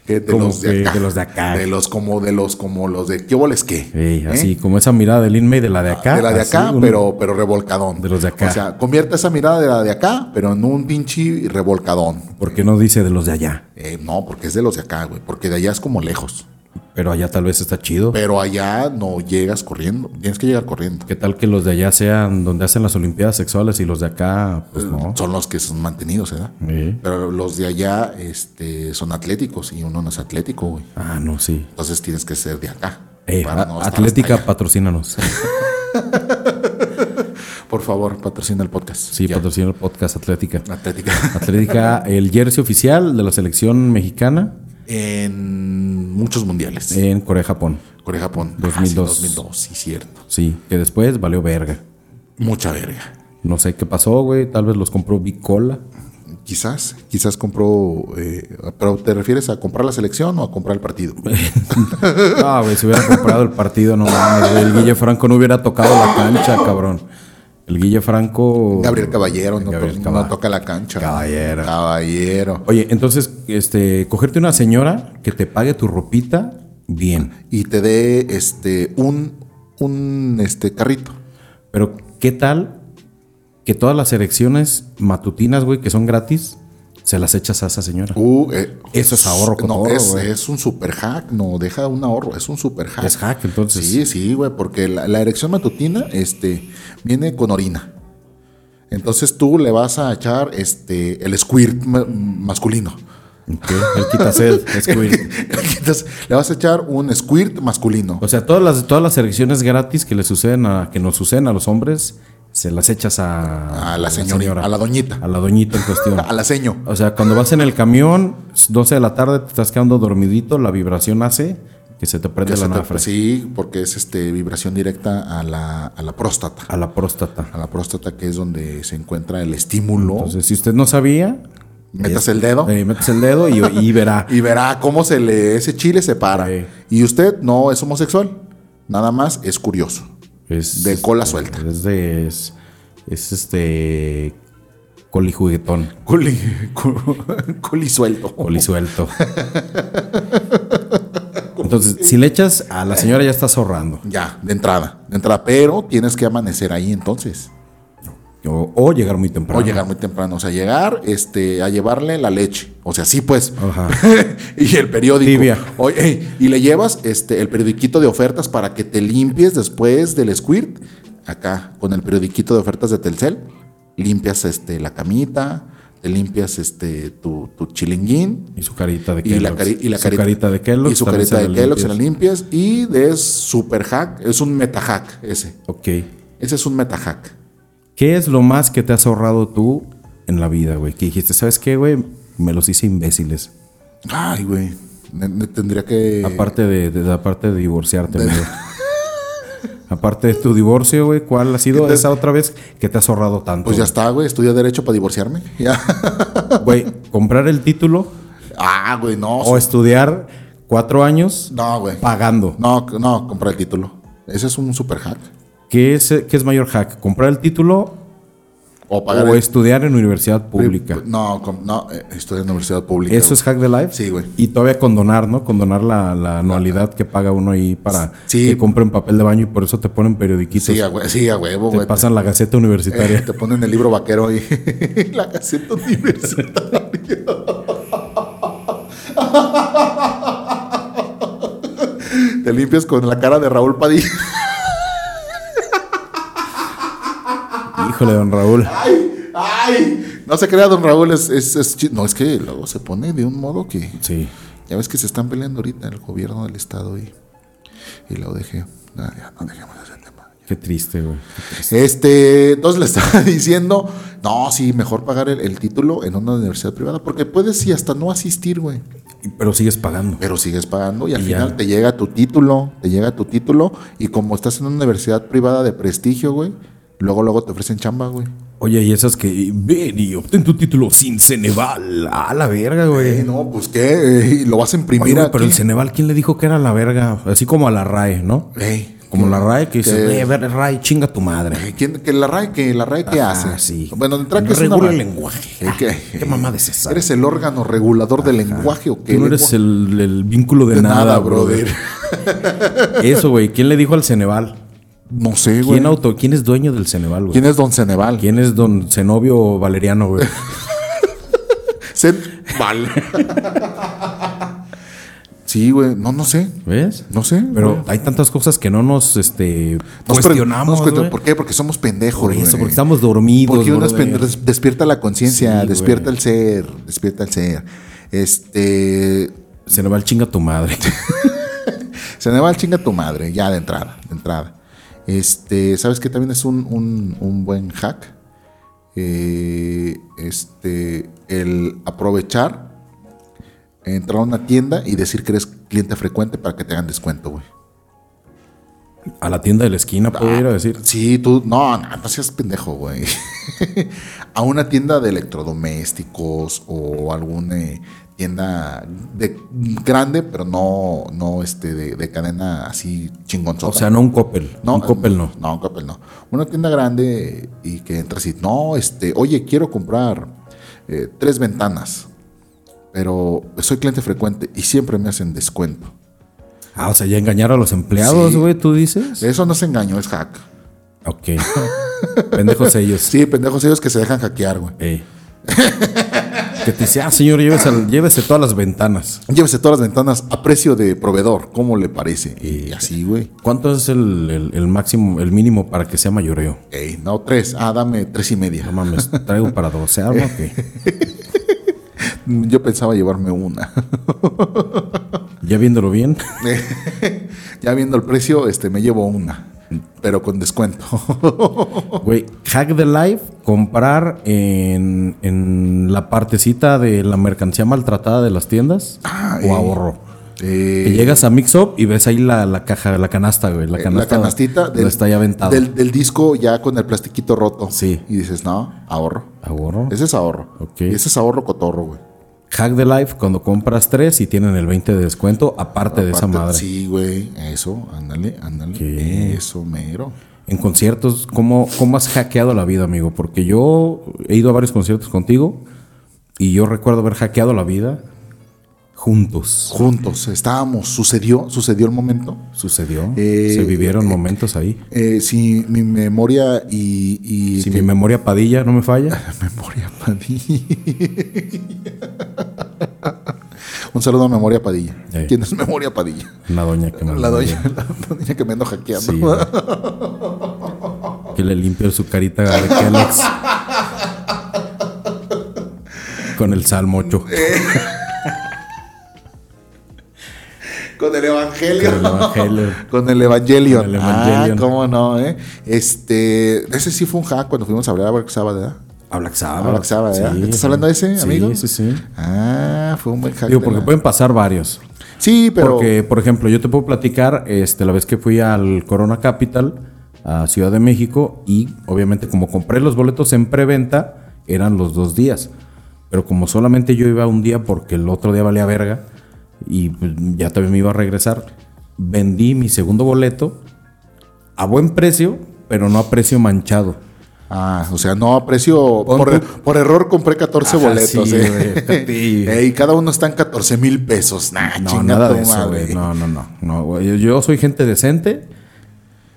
que de, como los de, que acá, de los de acá. De los como de los como los de ¿qué boles qué? Ey, ¿Eh? Ah, Así como esa mirada del Inmay de la de acá. de la de así, acá, un- pero, pero revolcadón. De los de acá. O sea, convierte esa mirada de la de acá, pero en un pinche revolcadón. ¿Por qué no dice de los de allá? Eh, no, porque es de los de acá, güey. Porque de allá es como lejos. Pero allá tal vez está chido. Pero allá no llegas corriendo. Tienes que llegar corriendo. ¿Qué tal que los de allá sean donde hacen las Olimpiadas sexuales y los de acá, pues no? Eh. Son los que Eh, son mantenidos, ¿verdad? Sí. Pero los de allá este, son atléticos y uno no es atlético, güey. Ah, no, sí. Entonces tienes que ser de acá. Ey, para Eh, a- no estar hasta Atlética, allá. patrocínanos. Por favor, patrocina el podcast. Sí, *laughs* Ya. patrocina el podcast Atlética. *laughs* Atlética. Atlética, el jersey oficial de la selección mexicana en muchos mundiales. en Corea, Japón. Corea, Japón. 2002. Ah, sí, 2002, sí, cierto. Sí, que después valió verga. Mucha verga. No sé qué pasó, güey. Tal vez los compró Bicola. Quizás, quizás compró, eh, pero ¿te refieres a comprar la selección o a comprar el partido? Ah, güey, si hubiera comprado el partido, no mames, güey, El Guille Franco no hubiera tocado la cancha, cabrón. El Guille Franco. Gabriel Caballero, no, Gabriel to- no Caballero. toca la cancha. Caballero. Caballero. Oye, entonces, este, cogerte una señora que te pague tu ropita, bien. Y te dé este un, un este carrito. Pero, ¿qué tal que todas las elecciones matutinas, güey, que son gratis, se las echas a esa señora? Uh, eh, Eso es ahorro con no, ahorro, es, güey. es un super hack, no, deja un ahorro, es un super hack. Es hack, entonces. Sí, sí, güey, porque la, la erección matutina este, viene con orina. Entonces tú le vas a echar este, el squirt ma- masculino. *laughs* Ok, El quitasel, es cool. Entonces, le vas a echar un squirt masculino. O sea, todas las, todas las elecciones gratis que le suceden a, que nos suceden a los hombres, se las echas a, A la señorita, a la doñita. a la doñita en cuestión. *laughs* A la seño. O sea, cuando vas en el camión, 12 de la tarde, te estás quedando dormidito, la vibración hace que se te prende Que se la te- nafra. sí, porque es este, vibración directa a la, a la próstata. A la próstata. A la próstata que es donde se encuentra el estímulo. Entonces, si usted no sabía, Metas eh, el dedo. eh, metes el dedo y, y *laughs* verá. y verá cómo se le ese chile se para. Sí. Y usted no es homosexual, nada más es curioso. Es, De cola suelta. Es de. Es, es este. Colijuguetón. Culi, culi suelto. *laughs* Colisuelto. *laughs* Entonces, si le echas a la señora, ya estás ahorrando. Ya, de entrada, de entrada, pero tienes que amanecer ahí entonces. O, o llegar muy temprano. O llegar muy temprano, o sea, llegar este, a llevarle la leche. O sea, sí, pues. Ajá. *laughs* y el periódico. Tibia. Oye, ey, y le llevas este, el periodiquito de ofertas para que te limpies después del squirt. Acá, con el periodiquito de ofertas de Telcel, limpias este, la camita, te limpias este, tu, tu chilinguín. Y su carita de Y Kellogg's. la, cari- y la su carita de Kellogg's. Y su también carita se de la Kellogg's se la limpias. limpias. Y es super hack. Es un meta hack ese. Ok. Ese es un meta hack. ¿Qué es lo más que te has ahorrado tú en la vida, güey? Que dijiste, ¿sabes qué, güey? Me los hice imbéciles. Ay, güey. Me- me Tendría que. aparte de, de- aparte de divorciarte, *laughs* amigo. aparte de tu divorcio, güey, ¿cuál ha sido Entonces- esa otra vez que te has ahorrado tanto? Pues ya güey? está, güey. Estudio Derecho para divorciarme. *laughs* Ya. Güey, comprar el título Ah, güey, no. o estudiar cuatro años No, güey. pagando. No, c- no, comprar el título. Ese es un super hack. ¿Qué es, ¿Qué es mayor hack? ¿Comprar el título O pagar o el- estudiar en universidad pública? No, com- no, eh, estudiar en la universidad pública. Eso es hack de life. Sí, güey. Y todavía condonar, ¿no? Condonar la, la anualidad que paga uno ahí para Sí. que compren papel de baño y por eso te ponen periodiquitos. Sí, a hue- sí, a huevo, te güey. pasan la gaceta universitaria. Eh, te ponen el libro vaquero ahí. *laughs* la gaceta universitaria. te limpias con la cara de Raúl Padilla. Eh. *laughs* Híjole, don Raúl. ¡Ay! ¡Ay! No se crea, don Raúl. Es, es, es chi- No, es que luego se pone de un modo que. Sí. Ya ves que se están peleando ahorita el gobierno del estado y, y la ODG. No, Ah, ya, no dejemos ese tema. Qué triste, güey. Este, entonces le estaba *laughs* diciendo, no, sí, mejor pagar el, el título en una universidad privada, porque puedes sí hasta no asistir, güey. Y- Pero sigues pagando. Pero sigues pagando y al Y ya. final te llega tu título, te llega tu título, y como estás en una universidad privada de prestigio, güey, luego, luego te ofrecen chamba, güey. Oye, y esas que ven y obtén tu título sin Ceneval. A la verga, Eh, güey. no, pues qué, Eh, lo vas a Oye, imprimir güey, aquí. pero el Ceneval, ¿quién le dijo que era la verga? Así como a la RAE, ¿no? Ey, Como que- la RAE que dice, que- "Güey, a ver, RAE, chinga tu madre. Eh, ¿Quién, que la RAE, que la RAE, ¿qué Ah, hace? sí. Bueno, de entrada que es Regula una- el lenguaje. Ah, Eh, ¿Qué, ¿Qué mamada es esa? ¿Eres el órgano regulador del lenguaje o qué? Tú no eres Lenguaje- el, el vínculo de, de nada, brother. *laughs* Eso, güey. ¿Quién le dijo al Ceneval? No sé, güey. ¿Quién, auto, ¿Quién es dueño del Ceneval, güey? ¿Quién es Don Ceneval? ¿Quién es don Zenobio Valeriano, *laughs* güey? *laughs* Ceneval. sí, güey. No, no sé. ¿Ves? No sé. Pero güey. hay tantas cosas que no nos este, Nos pre- cuestionamos, nos cuestion- güey. ¿Por qué? Porque somos pendejos, Por eso, güey. porque estamos dormidos, Porque uno es brother. pen- des- despierta la conciencia, Sí, despierta güey. el ser, despierta el ser. Este... Ceneval, chinga tu madre. Se me va el chinga tu madre, ya de entrada, de entrada. Este, ¿sabes qué también es un, un- un buen hack? Eh, este, el aprovechar, entrar a una tienda y decir que eres cliente frecuente para que te hagan descuento, güey. A la tienda de la esquina puedo Ah, ir a decir. Sí, tú, no, no, no seas pendejo, güey. *laughs* a una tienda de electrodomésticos o alguna eh, tienda de, grande, pero no, no este, de, de cadena así O chingonzota. sea, no un Coppel. No, un Coppel no. No, un Coppel no. Una tienda grande y que entras y, no, este, oye, quiero comprar eh, tres ventanas, pero soy cliente frecuente y siempre me hacen descuento. Ah, o sea, ya engañar a los empleados, Sí. güey, tú dices. Eso no es engaño, es hack. Ok. Pendejos ellos. Sí, pendejos ellos que se dejan hackear, güey. Ey. que te dice, ah, señor, llévese, al- llévese todas las ventanas. Llévese todas las ventanas a precio de proveedor, ¿cómo le parece? Y así, güey. ¿Cuánto es el, el- el máximo, el mínimo para que sea mayoreo? Ey, no, tres. Ah, dame tres y media. No mames, traigo para 12 algo que Yo pensaba llevarme una. *laughs* ya viéndolo bien. ya viendo el precio, este, me llevo una. Pero con descuento. *laughs* Güey, hack the life, comprar en, en la partecita de la mercancía maltratada de las tiendas Ah, o eh. ahorro. Eh, Que llegas a Mix Up y ves ahí la, la caja, la canasta, güey. La eh, canasta. la canastita del, está ya aventada. del- del disco ya con el plastiquito roto. Sí. Y dices, no, ahorro. Ahorro. Ese es ahorro. Ok. Ese es ahorro cotorro, güey. Hack the life, cuando compras tres y tienen el 20 de descuento, aparte, de esa Aparte- madre. Sí, güey. Eso, ándale, ándale. ¿Qué? Eso, mero. En conciertos, ¿cómo, ¿cómo has hackeado la vida, amigo? Porque yo he ido a varios conciertos contigo y yo recuerdo haber hackeado la vida juntos. Juntos, estábamos, sucedió, sucedió el momento. Sucedió. Eh, Se vivieron momentos ahí. Eh, si mi memoria y, y Si mi memoria padilla no me *laughs* falla. *laughs* memoria Padilla. Un saludo a Memoria Padilla. Eh. ¿Quién es Memoria Padilla? La doña que me La doña, *laughs* la doña que me ando hackeando. Sí, güey. que le limpio su carita de Kellogg's. Con el salmo 8. Eh, Con el Evangelio. Con el Evangelio. *laughs* Con el Evangelion. Con el Evangelion. Ah, cómo no, ¿eh? Este, ese sí fue un hack cuando fuimos a hablar a Black Sabbath, ¿verdad? A Black Sabbath. A Black Sabbath, ¿verdad? Ah, Sí, ¿eh? ¿Estás sí. hablando de ese, Sí, amigo? Sí, sí. Ah, fue un buen hack. Digo, de porque la- pueden pasar varios. Sí, pero... Porque, por ejemplo, yo te puedo platicar este, la vez que fui al Corona Capital, a Ciudad de México, y obviamente como compré los boletos en preventa, eran los dos días. Pero como solamente yo iba un día porque el otro día valía verga, y pues, ya también me iba a regresar, vendí mi segundo boleto a buen precio, pero no a precio manchado. Ah, o sea, no, a precio. Pon Por, tú- por error compré 14 Ajá, boletos. sí, eh. *laughs* güey, sí. Eh, y cada uno están 14 mil pesos. Nah, No, chinga nada tu de eso, madre. güey. No, no, no. no güey. yo, yo soy gente decente.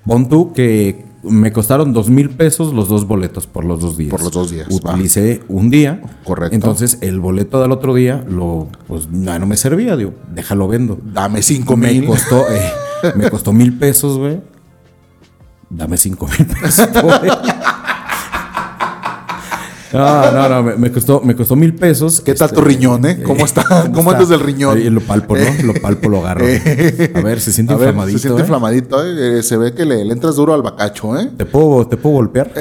Pon tú que me costaron dos mil pesos los dos boletos por los dos días. Por los dos días, Utilicé un día. Correcto. Entonces, el boleto del otro día, lo, pues, no, no me servía. Digo, déjalo vendo. Dame 5 Me mil. costó, eh, me costó mil pesos, güey. Dame cinco mil pesos. *laughs* güey. No, no, no, me, me costó, me costó mil pesos. este, ¿Qué tal tu riñón, eh? *laughs* ¿Cómo está? ¿Cómo andas del riñón? Eh. Eh, lo palpo, ¿no? Lo palpo, lo agarro. A ver, se siente A ver, inflamadito. se siente ¿eh? inflamadito. eh, eh, se ve que le, le entras duro al bacacho, ¿eh? ¿Te puedo, te puedo golpear.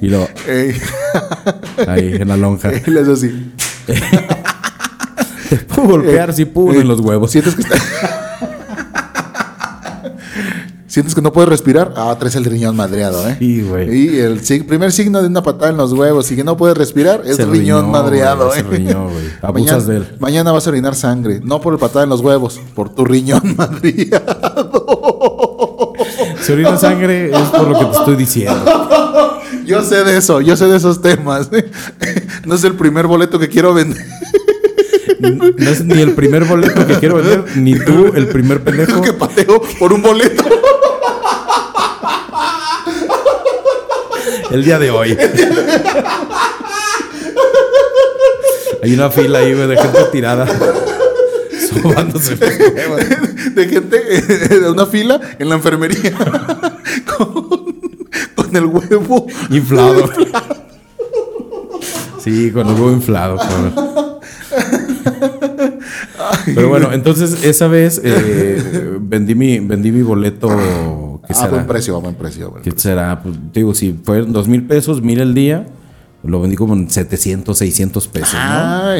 Y lo, Ey, *laughs* ahí, en la lonja. él es así. Te *laughs* puedo golpear, sí, pum, Eh. en los huevos. ¿Sientes que está- *laughs* ¿Sientes que no puedes respirar? Ah, traes el riñón madreado, ¿eh? Sí, güey. Y el sig- primer signo de una patada en los huevos y que no puedes respirar es Es el riñón, riñón, madreado, güey, es el ¿eh? riñón, *laughs* güey. Abusas mañana, de él. Mañana vas a orinar sangre, no por el patada en los huevos, por tu riñón *laughs* madreado. Si orina sangre es por lo que te estoy diciendo. Yo sé de eso, yo sé de esos temas. ¿eh? *laughs* No es el primer boleto que quiero vender, *laughs* No es ni el primer boleto que quiero vender, ni tú el primer pendejo. que pateo por un boleto. El día de hoy. Hay una fila ahí, güey, de gente tirada. *laughs* Sobándose. de gente eh, de una fila en la enfermería con, con el huevo *laughs* Inflado. Sí, con el huevo inflado, cabrón. Pero bueno, entonces esa vez eh, vendí, mi, vendí mi boleto. ¿qué a será? Ah, buen precio, a buen precio. a buen ¿Qué será? Pues, digo, si fueron dos mil pesos, mil el día. Lo vendí como en 700, 600 pesos, Ah, ¿no?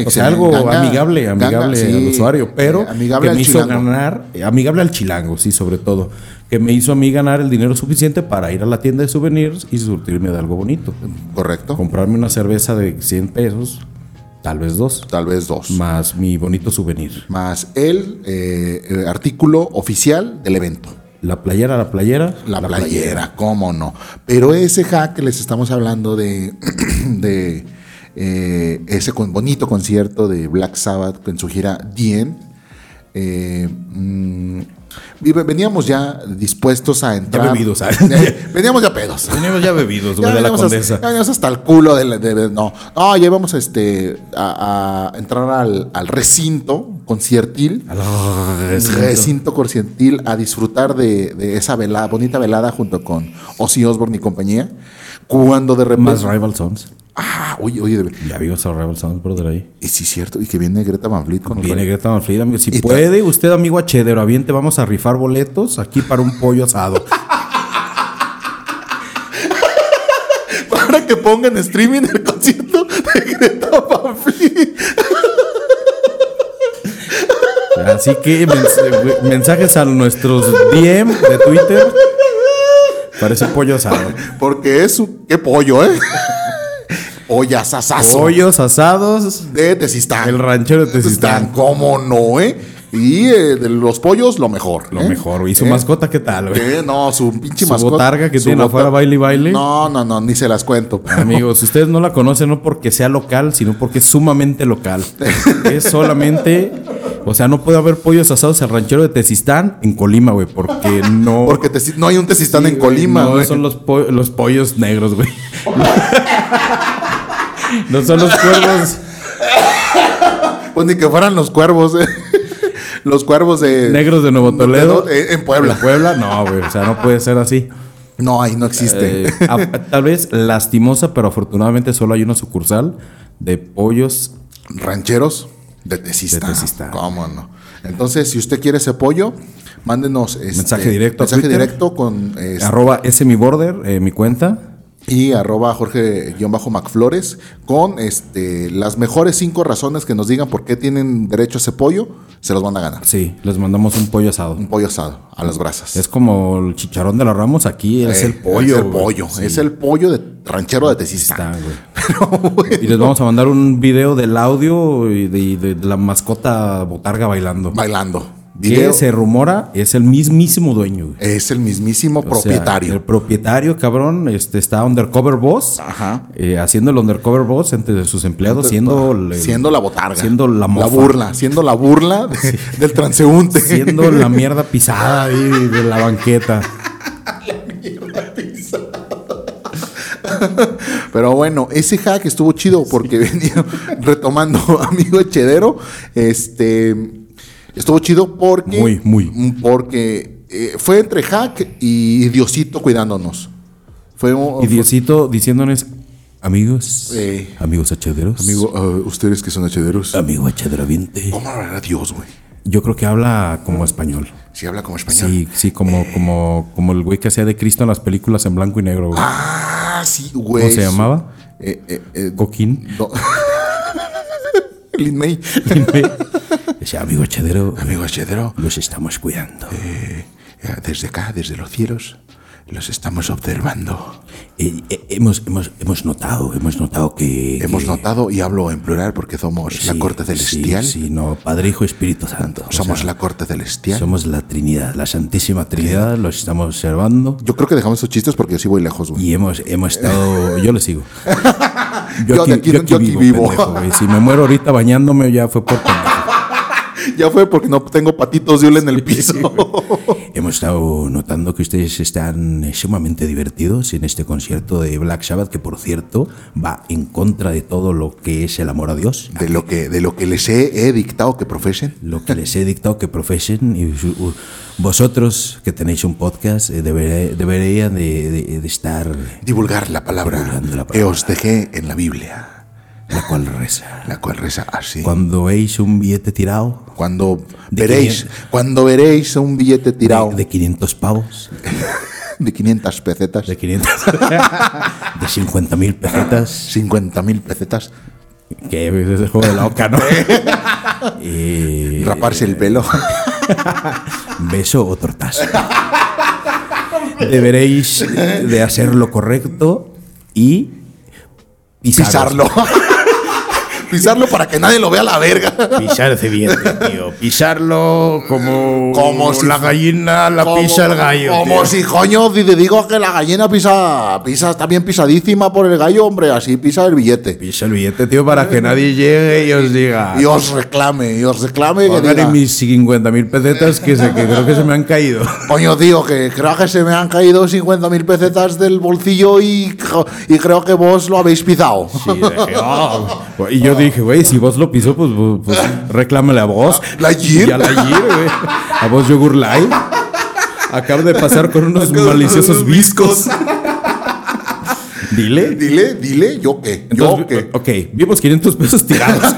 O sea, excelente. algo Ganga, amigable, ganga, amigable sí. Eh, al usuario, pero Amigable que al me hizo chilango. ganar, eh, amigable al chilango, sí, sobre todo, que me hizo a mí ganar el dinero suficiente para ir a la tienda de souvenirs y surtirme de algo bonito. Correcto. Comprarme una cerveza de 100 pesos, tal vez dos, Tal vez dos. más mi bonito souvenir. Más el, eh, el artículo oficial del evento. La playera, la playera. La, playera, cómo no. Pero ese hack que les estamos hablando de, *clears throat* de eh, ese con- bonito concierto de Black Sabbath en su gira Dien. eh, mm, y ve- veníamos ya dispuestos a entrar. bebidos, ¿sabes? Veníamos *laughs* ya *laughs* pedos. Teníamos ya bebidos, Ya güey, de la veníamos hasta, condesa. ya veníamos hasta el culo de, la- de- de- no. No, ya íbamos este, a, a entrar al, al recinto conciertil Ah, recinto corcientil a disfrutar de, de esa velada, bonita velada junto con Ozzy Osbourne y compañía. Cuando de repente. Más Rival Sons. ah, oye, oye, de- Ya vimos a Rival Sons, brother, ahí. y sí, cierto, y que viene Greta Van Vliet con Viene Greta. Greta Manfrida, amigo. Si Y ta- puede, usted, amigo achedero, bien te vamos a rifar boletos aquí para un pollo *laughs* asado. *laughs* Para que pongan streaming el concierto de Greta Van Vliet. Así que mens- mensajes a nuestros DM de Twitter. Parece pollo asado. Porque es un. ¡Qué pollo, eh! *laughs* Olla sasazo. Pollos asados. de Tezistán. El ranchero de Tezistán. ¿Cómo no, eh? Y eh, de los pollos, lo mejor. Lo ¿eh? mejor, güey. ¿Y su ¿Eh? mascota qué tal, güey? Eh, No, su pinche *laughs* Su mascota. botarga que su tiene bota- afuera, baile y baile. No, no, no, ni se las cuento. Amigos, ustedes no la conocen no porque sea local, sino porque es sumamente local. Es solamente, o sea, no puede haber pollos asados al ranchero de Tezistán en Colima, güey, porque no. *laughs* Porque te- no hay un tesistán en Colima, no güey. son los, po- los pollos negros, güey. No son los cuervos Pues ni que fueran los cuervos, eh. *laughs* Los cuervos de. negros de Nuevo Toledo. de- eh, en Puebla. En Puebla, no, güey, o sea, no puede ser así. No, ahí no existe. Eh, a- tal vez lastimosa, pero afortunadamente solo hay una sucursal de pollos Rancheros de tesistán. De Tezistán. ¿Cómo no? Entonces, si usted quiere ese apoyo, mándenos. este, Mensaje directo a Mensaje Twitter. directo con. este, Arroba ese mi border, eh, mi cuenta. y arroba Jorge-Macflores con este, las mejores cinco razones que nos digan por qué tienen derecho a ese pollo, se los van a ganar. Sí, les mandamos un pollo asado. Un pollo asado a las brasas. Es como el chicharón de los ramos aquí, es Eh, el pollo. Es el güey. pollo. Sí, Es el pollo de ranchero de está, Tezistán. *laughs* güey. Y les vamos a mandar un video del audio y de, de la mascota botarga bailando. Bailando. Video. Que se rumora es el mismísimo dueño. güey. Es el mismísimo O sea, propietario. el propietario, cabrón, este está undercover boss. Ajá. eh, haciendo el undercover boss entre sus empleados, siendo, el- el- siendo la botarga. Siendo la mofa. burla. Siendo la *laughs* burla de- del transeúnte. Siendo *laughs* la mierda pisada ahí de la banqueta. Pero bueno, ese hack estuvo chido porque venía *laughs* retomando, amigo Echedero, este estuvo chido porque Muy, muy. porque eh, fue entre hack y Diosito cuidándonos. Fue un- Y Diosito diciéndoles, amigos, Eh. amigos hachederos, amigo, eh, ustedes que son hechederos. amigo hachederaviente. Ah, ¿Cómo hablará Dios, güey? Yo creo que habla como español. Si habla como español. Sí, Eh. sí, como, como, como el güey que hacía de Cristo en las películas en blanco y negro. güey. Ah, sí, güey. ¿Cómo se llamaba? Eh, eh, eh, Coquín. no. *laughs* Lin May. Decía, amigo hachedero, Amigo Echedero, los estamos cuidando. eh, desde acá, desde los cielos, los estamos observando. Eh, eh, hemos, hemos, hemos notado, hemos notado que... Hemos que- notado, y hablo en plural porque somos sí, la corte sí, celestial. Sí, no, Padre, Hijo, Espíritu Santo. O Somos sea, la corte celestial. Somos la Trinidad, la Santísima Trinidad, los estamos observando. Yo creo que dejamos esos chistes porque yo sí voy lejos, güey. Y hemos, hemos estado. Yo le *laughs* sigo. Yo de aquí- yo aquí vivo. pendejo, güey. si me muero ahorita bañándome, ya fue por *laughs* pendejo. Ya fue porque no tengo patitos de hule en el piso. *laughs* Hemos estado notando que ustedes están eh, sumamente divertidos en este concierto de Black Sabbath, que por cierto va en contra de todo lo que es el amor a Dios. De lo que, de lo que les he, he dictado que profesen. Lo que les he dictado que profesen. Y su- u- vosotros que tenéis un podcast, eh, deberé- deberían de, de- de estar. Divulgar la palabra Divulgando la que palabra. os dejé en la Biblia, La cual reza. la cual reza así. Cuando veis un billete tirado. Cuando De veréis, quinientos. cuando veréis un billete tirado De, de 500 pavos. de 500 pesetas, De 500. *laughs* de 50 mil pesetas. 50 mil pesetas, Que es el juego de la oca, *laughs* ¿no? Eh, raparse el pelo. beso o tortazo. Deberéis de hacer lo correcto y pisaros. pisarlo. *laughs* pisarlo para que nadie lo vea a la verga. Pisarse bien, tío. Pisarlo como, Como si- la gallina la Como- pisa el gallo. Como tío. si, coño, si te digo que la gallina pisa, pisa, está bien pisadísima por el gallo, hombre, así pisa el billete. Pisa el billete, tío, para que nadie llegue y os diga. Y os reclame, y os reclame que Pagaré diga, mis 50 mil pesetas que, se- que creo que se me han caído. Coño, tío, que creo que se me han caído 50 mil pesetas del bolsillo y, y creo que vos lo habéis pisado. Sí, dije, "Ah". Y yo dije, güey, si vos lo pisó, pues, pues, *laughs* pues, reclámale a vos. La Gir. Y a la Gir, güey. A vos, Yogur Live. Acabo de pasar con unos maliciosos viscos. *laughs* Dile. Dile, dile, yo qué, yo Entonces, qué. ok, vimos 500 pesos *laughs* tirados.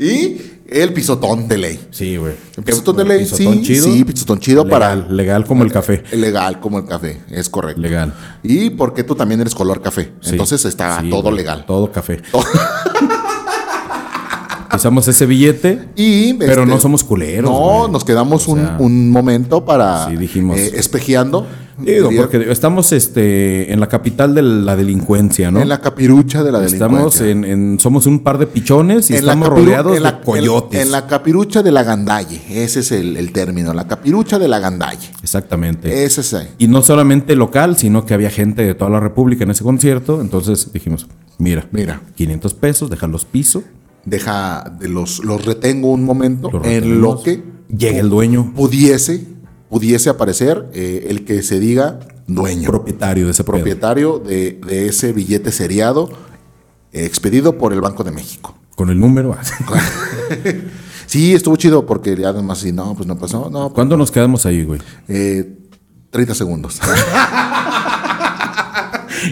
Y el pisotón de ley. Sí, güey. El pisotón de ley, Pisotón sí, sí, pisotón chido legal, para Legal como el café. legal como el café, es correcto. Legal. Y porque tú también eres color café, Sí. entonces está Sí, todo güey, legal. Todo café. Pisamos ese billete, *laughs* Y pero este, no somos culeros. No, güey. nos quedamos un, sea, un momento para sí, dijimos. eh, espejeando. eh, Digo, diría, porque estamos este, en la capital de la delincuencia, ¿no? en la capirucha de la estamos delincuencia. en, en- somos un par de pichones y En la estamos capiru- rodeados en la- de coyotes. En, en la capirucha de la gandalle. Ese es el, el término, la capirucha de la gandalle. Exactamente. Ese es el- y no solamente local, sino que había gente de toda la República en ese concierto. Entonces dijimos, mira, Mira. 500 pesos, déjalos piso. Deja, de los, los retengo un momento Los en lo retenemos. que Llega el dueño, pudiese, pudiese aparecer eh, el que se diga dueño, propietario de ese propietario. propietario de, de ese billete seriado eh, expedido por el Banco de México. Con el número. *laughs* Sí, estuvo chido porque ya además, sí, no, pues no pasó, no, ¿Cuándo nos quedamos ahí, güey? eh, *laughs* 30 segundos.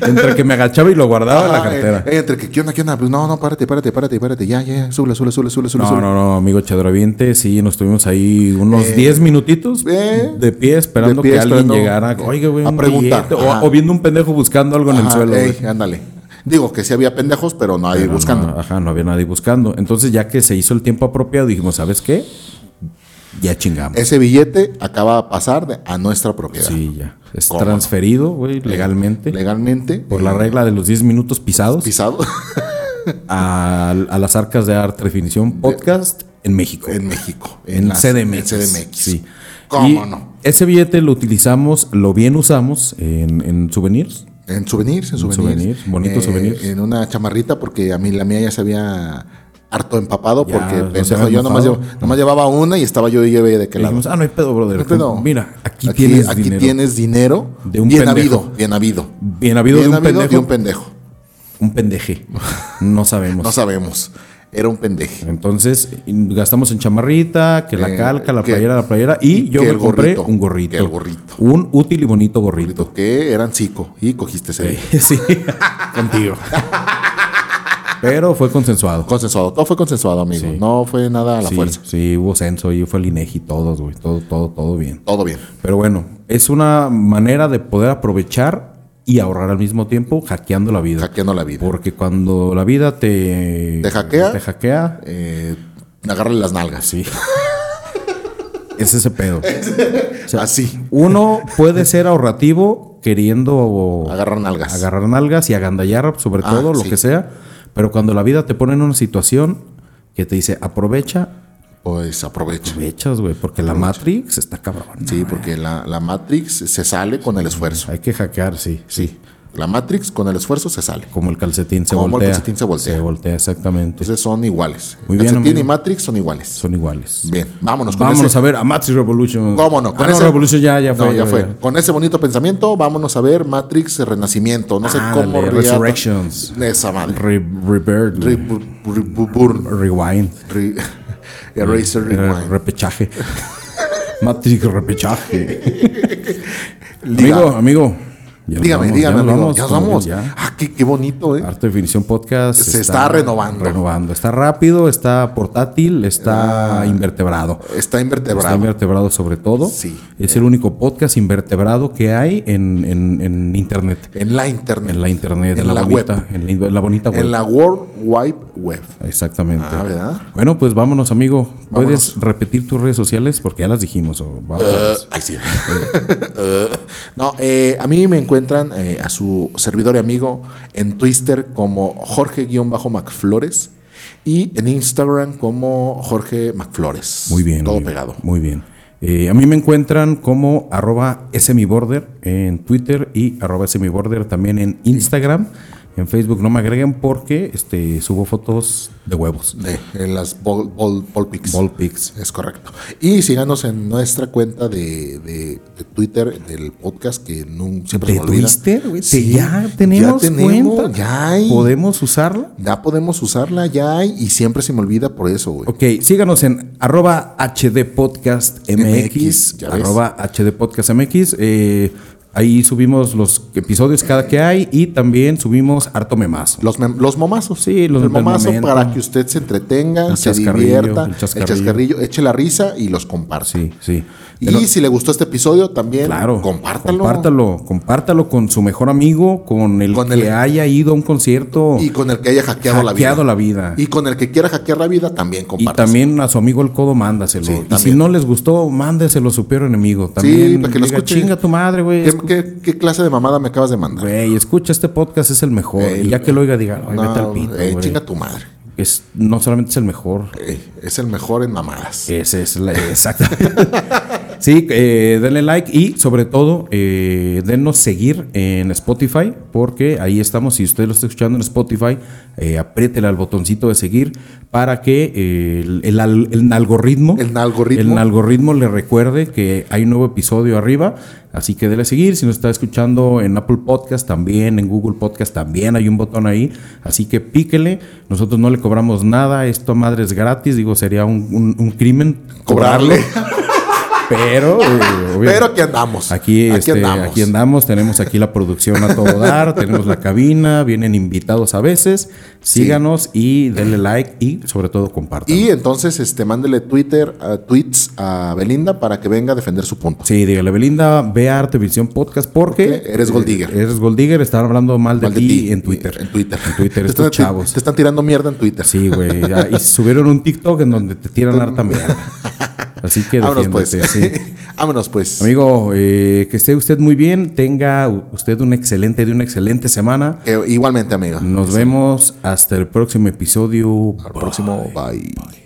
Entre que me agachaba y lo guardaba en la Ah, cartera. eh, entre que, ¿qué onda, qué onda? Pues no, no, párate, párate, párate, párate, ya, ya, ya, súbele, súbele, súbele, súbele, súbele. No, súbele. no, no, amigo Chedraviente, sí, nos tuvimos ahí unos 10 minutitos eh, de pie esperando de pie que alguien esperando, llegara. eh, Oiga, güey, a un preguntar, billete, ajá. o, o viendo un pendejo buscando algo en el Ajá, eh, suelo. ey, güey. ándale. Digo que sí había pendejos, pero no hay Pero buscando. no, ajá, no había nadie buscando. Entonces, ya que se hizo el tiempo apropiado, dijimos, ¿sabes qué? Ya chingamos. Ese billete acaba de pasar de- a nuestra propiedad. sí, ya. Es ¿Cómo no? transferido, güey, legalmente. Legalmente. eh, por la regla de los 10 minutos pisados Pisado *laughs* a, a las arcas de arte definición podcast en México. en México. En las- CDMX. en CDMX. Sí. ¿Cómo Y no? Ese billete lo utilizamos, lo bien usamos en, en souvenirs. En souvenirs, en souvenirs. Eh, souvenirs, bonitos souvenirs. En una chamarrita, porque a mí la mía ya se había harto empapado, Ya, porque no se pendejo, había yo nomás, mojado. llevo- nomás llevaba una y estaba yo y llevé de qué Le lado. dijimos, ah, no hay pedo, brother. No, pero- Mira, aquí, aquí, tienes aquí dinero. tienes dinero De un bien pendejo. habido, bien habido. Bien habido de Bien un habido pendejo. de un pendejo. Un pendeje. No sabemos. *laughs* No sabemos. Era un pendeje. Entonces, in- gastamos en chamarrita, que la Eh, calca, la que- playera, la playera. Y yo que me el compré gorrito, un gorrito. que el gorrito. Un útil y bonito gorrito. Que eran cinco y cogiste ese. *laughs* sí, *laughs* contigo. Pero fue consensuado. Consensuado. Todo fue consensuado, amigo. Sí. No fue nada a la sí, fuerza. sí, hubo censo y fue el INEGI, todos, güey. Todo, todo, todo bien. Todo bien. Pero bueno, es una manera de poder aprovechar y ahorrar al mismo tiempo hackeando la vida. Hackeando la vida. Porque cuando la vida te... ¿Te hackea? Te hackea. Eh, agárrale las nalgas. *laughs* Sí. es ese pedo. O sea, Así. Uno puede ser ahorrativo queriendo Agarrar nalgas. agarrar nalgas y agandallar sobre Ah, todo, lo sí. que sea. Pero cuando la vida te pone en una situación que te dice aprovecha, Pues aprovecha. aprovechas, güey. Porque la Matrix está cabrón. Sí, porque la, la Matrix se sale con el esfuerzo. Hay que hackear, sí. Sí. La Matrix con el esfuerzo se sale. Como el calcetín se Como el voltea. calcetín se voltea. Se voltea, exactamente. Entonces son iguales. Muy bien, Calcetín y amigo. Matrix son iguales. Son iguales. Bien, vámonos con Vámonos ese- a ver a Matrix Revolution. ¿Cómo no? Ah, no, Revolution ya, ya fue. No, ya fue. Con ese bonito pensamiento, vámonos a ver Matrix Renacimiento. No sé Ándale, cómo. ría- Ah, Resurrections. Esa madre. Re- Rebirth. Re- bu- bu- bu- burn. Rewind. Re- *laughs* Eraser Eh, Rewind. *laughs* repechaje. Matrix repechaje. Liga. Amigo, amigo. Ya nos dígame, vamos, dígame, ya nos amigo. vamos, ya nos vamos. ya. Ah, qué, qué bonito, ¿eh? Arte Definición Podcast Se está renovando. Renovando. Está rápido, está portátil, está Ah. invertebrado. Está invertebrado. Está invertebrado sobre todo. Sí. Es el único podcast invertebrado que hay en, en- en internet. en la internet. En la internet, en, la, web. bonita, En, la, en la bonita web. En la World Wide Web. Exactamente. Ah, ¿verdad? Bueno, pues vámonos, amigo. ¿Puedes repetir tus redes sociales? Porque ya las dijimos. o Eh, vámonos. *laughs* No, eh, a mí me encuentran eh, a su servidor y amigo en Twitter como Jorge-MacFlores y en Instagram como Jorge MacFlores. Muy bien. Todo muy bien, pegado. Muy bien. Eh, a mí me encuentran como arroba smiborder en Twitter y arroba smiborder también en Instagram. En Facebook no me agreguen porque este, subo fotos de huevos. De, en las ball, ball, ball pics. Ball pics. Es correcto. Y síganos en nuestra cuenta de, de- de Twitter del podcast que nun- siempre ¿De se me olvida. Twister? güey? ¿Te- Sí, ¿Ya tenemos tenemos, cuenta? Ya hay. ¿Podemos usarla? Ya podemos usarla, ya hay. Y siempre se me olvida por eso, güey. Ok, síganos en arroba hdpodcastmx, MX, ya ves. arroba hdpodcastmx. eh, ahí subimos los episodios cada que hay y también subimos harto memazo. Los, mem- los momazos. Sí, los del El momazo momento. para que usted se entretenga, El se chascarrillo, divierta, el el chascarrillo. chascarrillo. eche la risa y los comparte. Sí, sí. Y Pero- si le gustó este episodio, también Claro, compártalo. compártalo, compártalo con su mejor amigo, con el Con que el- haya ido a un concierto Y con el que haya hackeado, hackeado la vida. la vida. Y con el que quiera hackear la vida, también Y, compártalo. también a su amigo el codo, mándaselo. Sí, y si también. no les gustó, mándeselo a su peor enemigo. También Sí, para que lo Em, diga, escuche. Chinga tu madre, güey. ¿Qué, escu- qué- qué clase de mamada me acabas de mandar? Güey, escucha este podcast, es el mejor. y El- ya que lo oiga, diga, "Ay, No, vete al pito, eh, güey". chinga tu madre. Es, no solamente es el mejor, Eh, es el mejor en mamadas. Esa es la exacta. *laughs* sí, eh, denle like y sobre todo eh, dennos seguir en Spotify porque ahí estamos. Si usted lo está escuchando en Spotify, eh, apriétele al botoncito de seguir para que eh, el, el al- el algoritmo, El algoritmo. el algoritmo le recuerde que hay un nuevo episodio arriba. Así que dele seguir. Si nos está escuchando en Apple Podcast también, en Google Podcast también hay un botón ahí. Así que píquele. Nosotros no le cobramos nada. Esto a madre es gratis. Digo, sería un, un- un crimen Cobrarle. Pero, eh, obvio- Pero aquí andamos. Aquí, este, aquí andamos. tenemos aquí la producción a todo dar, tenemos la cabina, vienen invitados a veces. Síganos y denle like y sobre todo compartan. Y entonces, este, mándele Twitter, a- tweets a Belinda para que venga a defender su punto. Sí, dígale, Belinda, ve a Arte Visión Podcast porque Eh, Porque eres Gold Digger. Eres Gold Digger, están hablando mal de, Mal de ti, ti, en Twitter. En Twitter. En Twitter, *laughs* te, estos están, chavos. te están tirando mierda en Twitter. Sí, güey. ya, Y subieron un TikTok en donde te tiran harta mierda. *laughs* Así que Vámonos pues. defiéndete, sí. *laughs* Vámonos pues. Amigo, eh, que esté usted muy bien, tenga u- usted un excelente de una excelente semana. Eh, igualmente, amigo. Nos vemos hasta el próximo episodio. Al próximo. bye.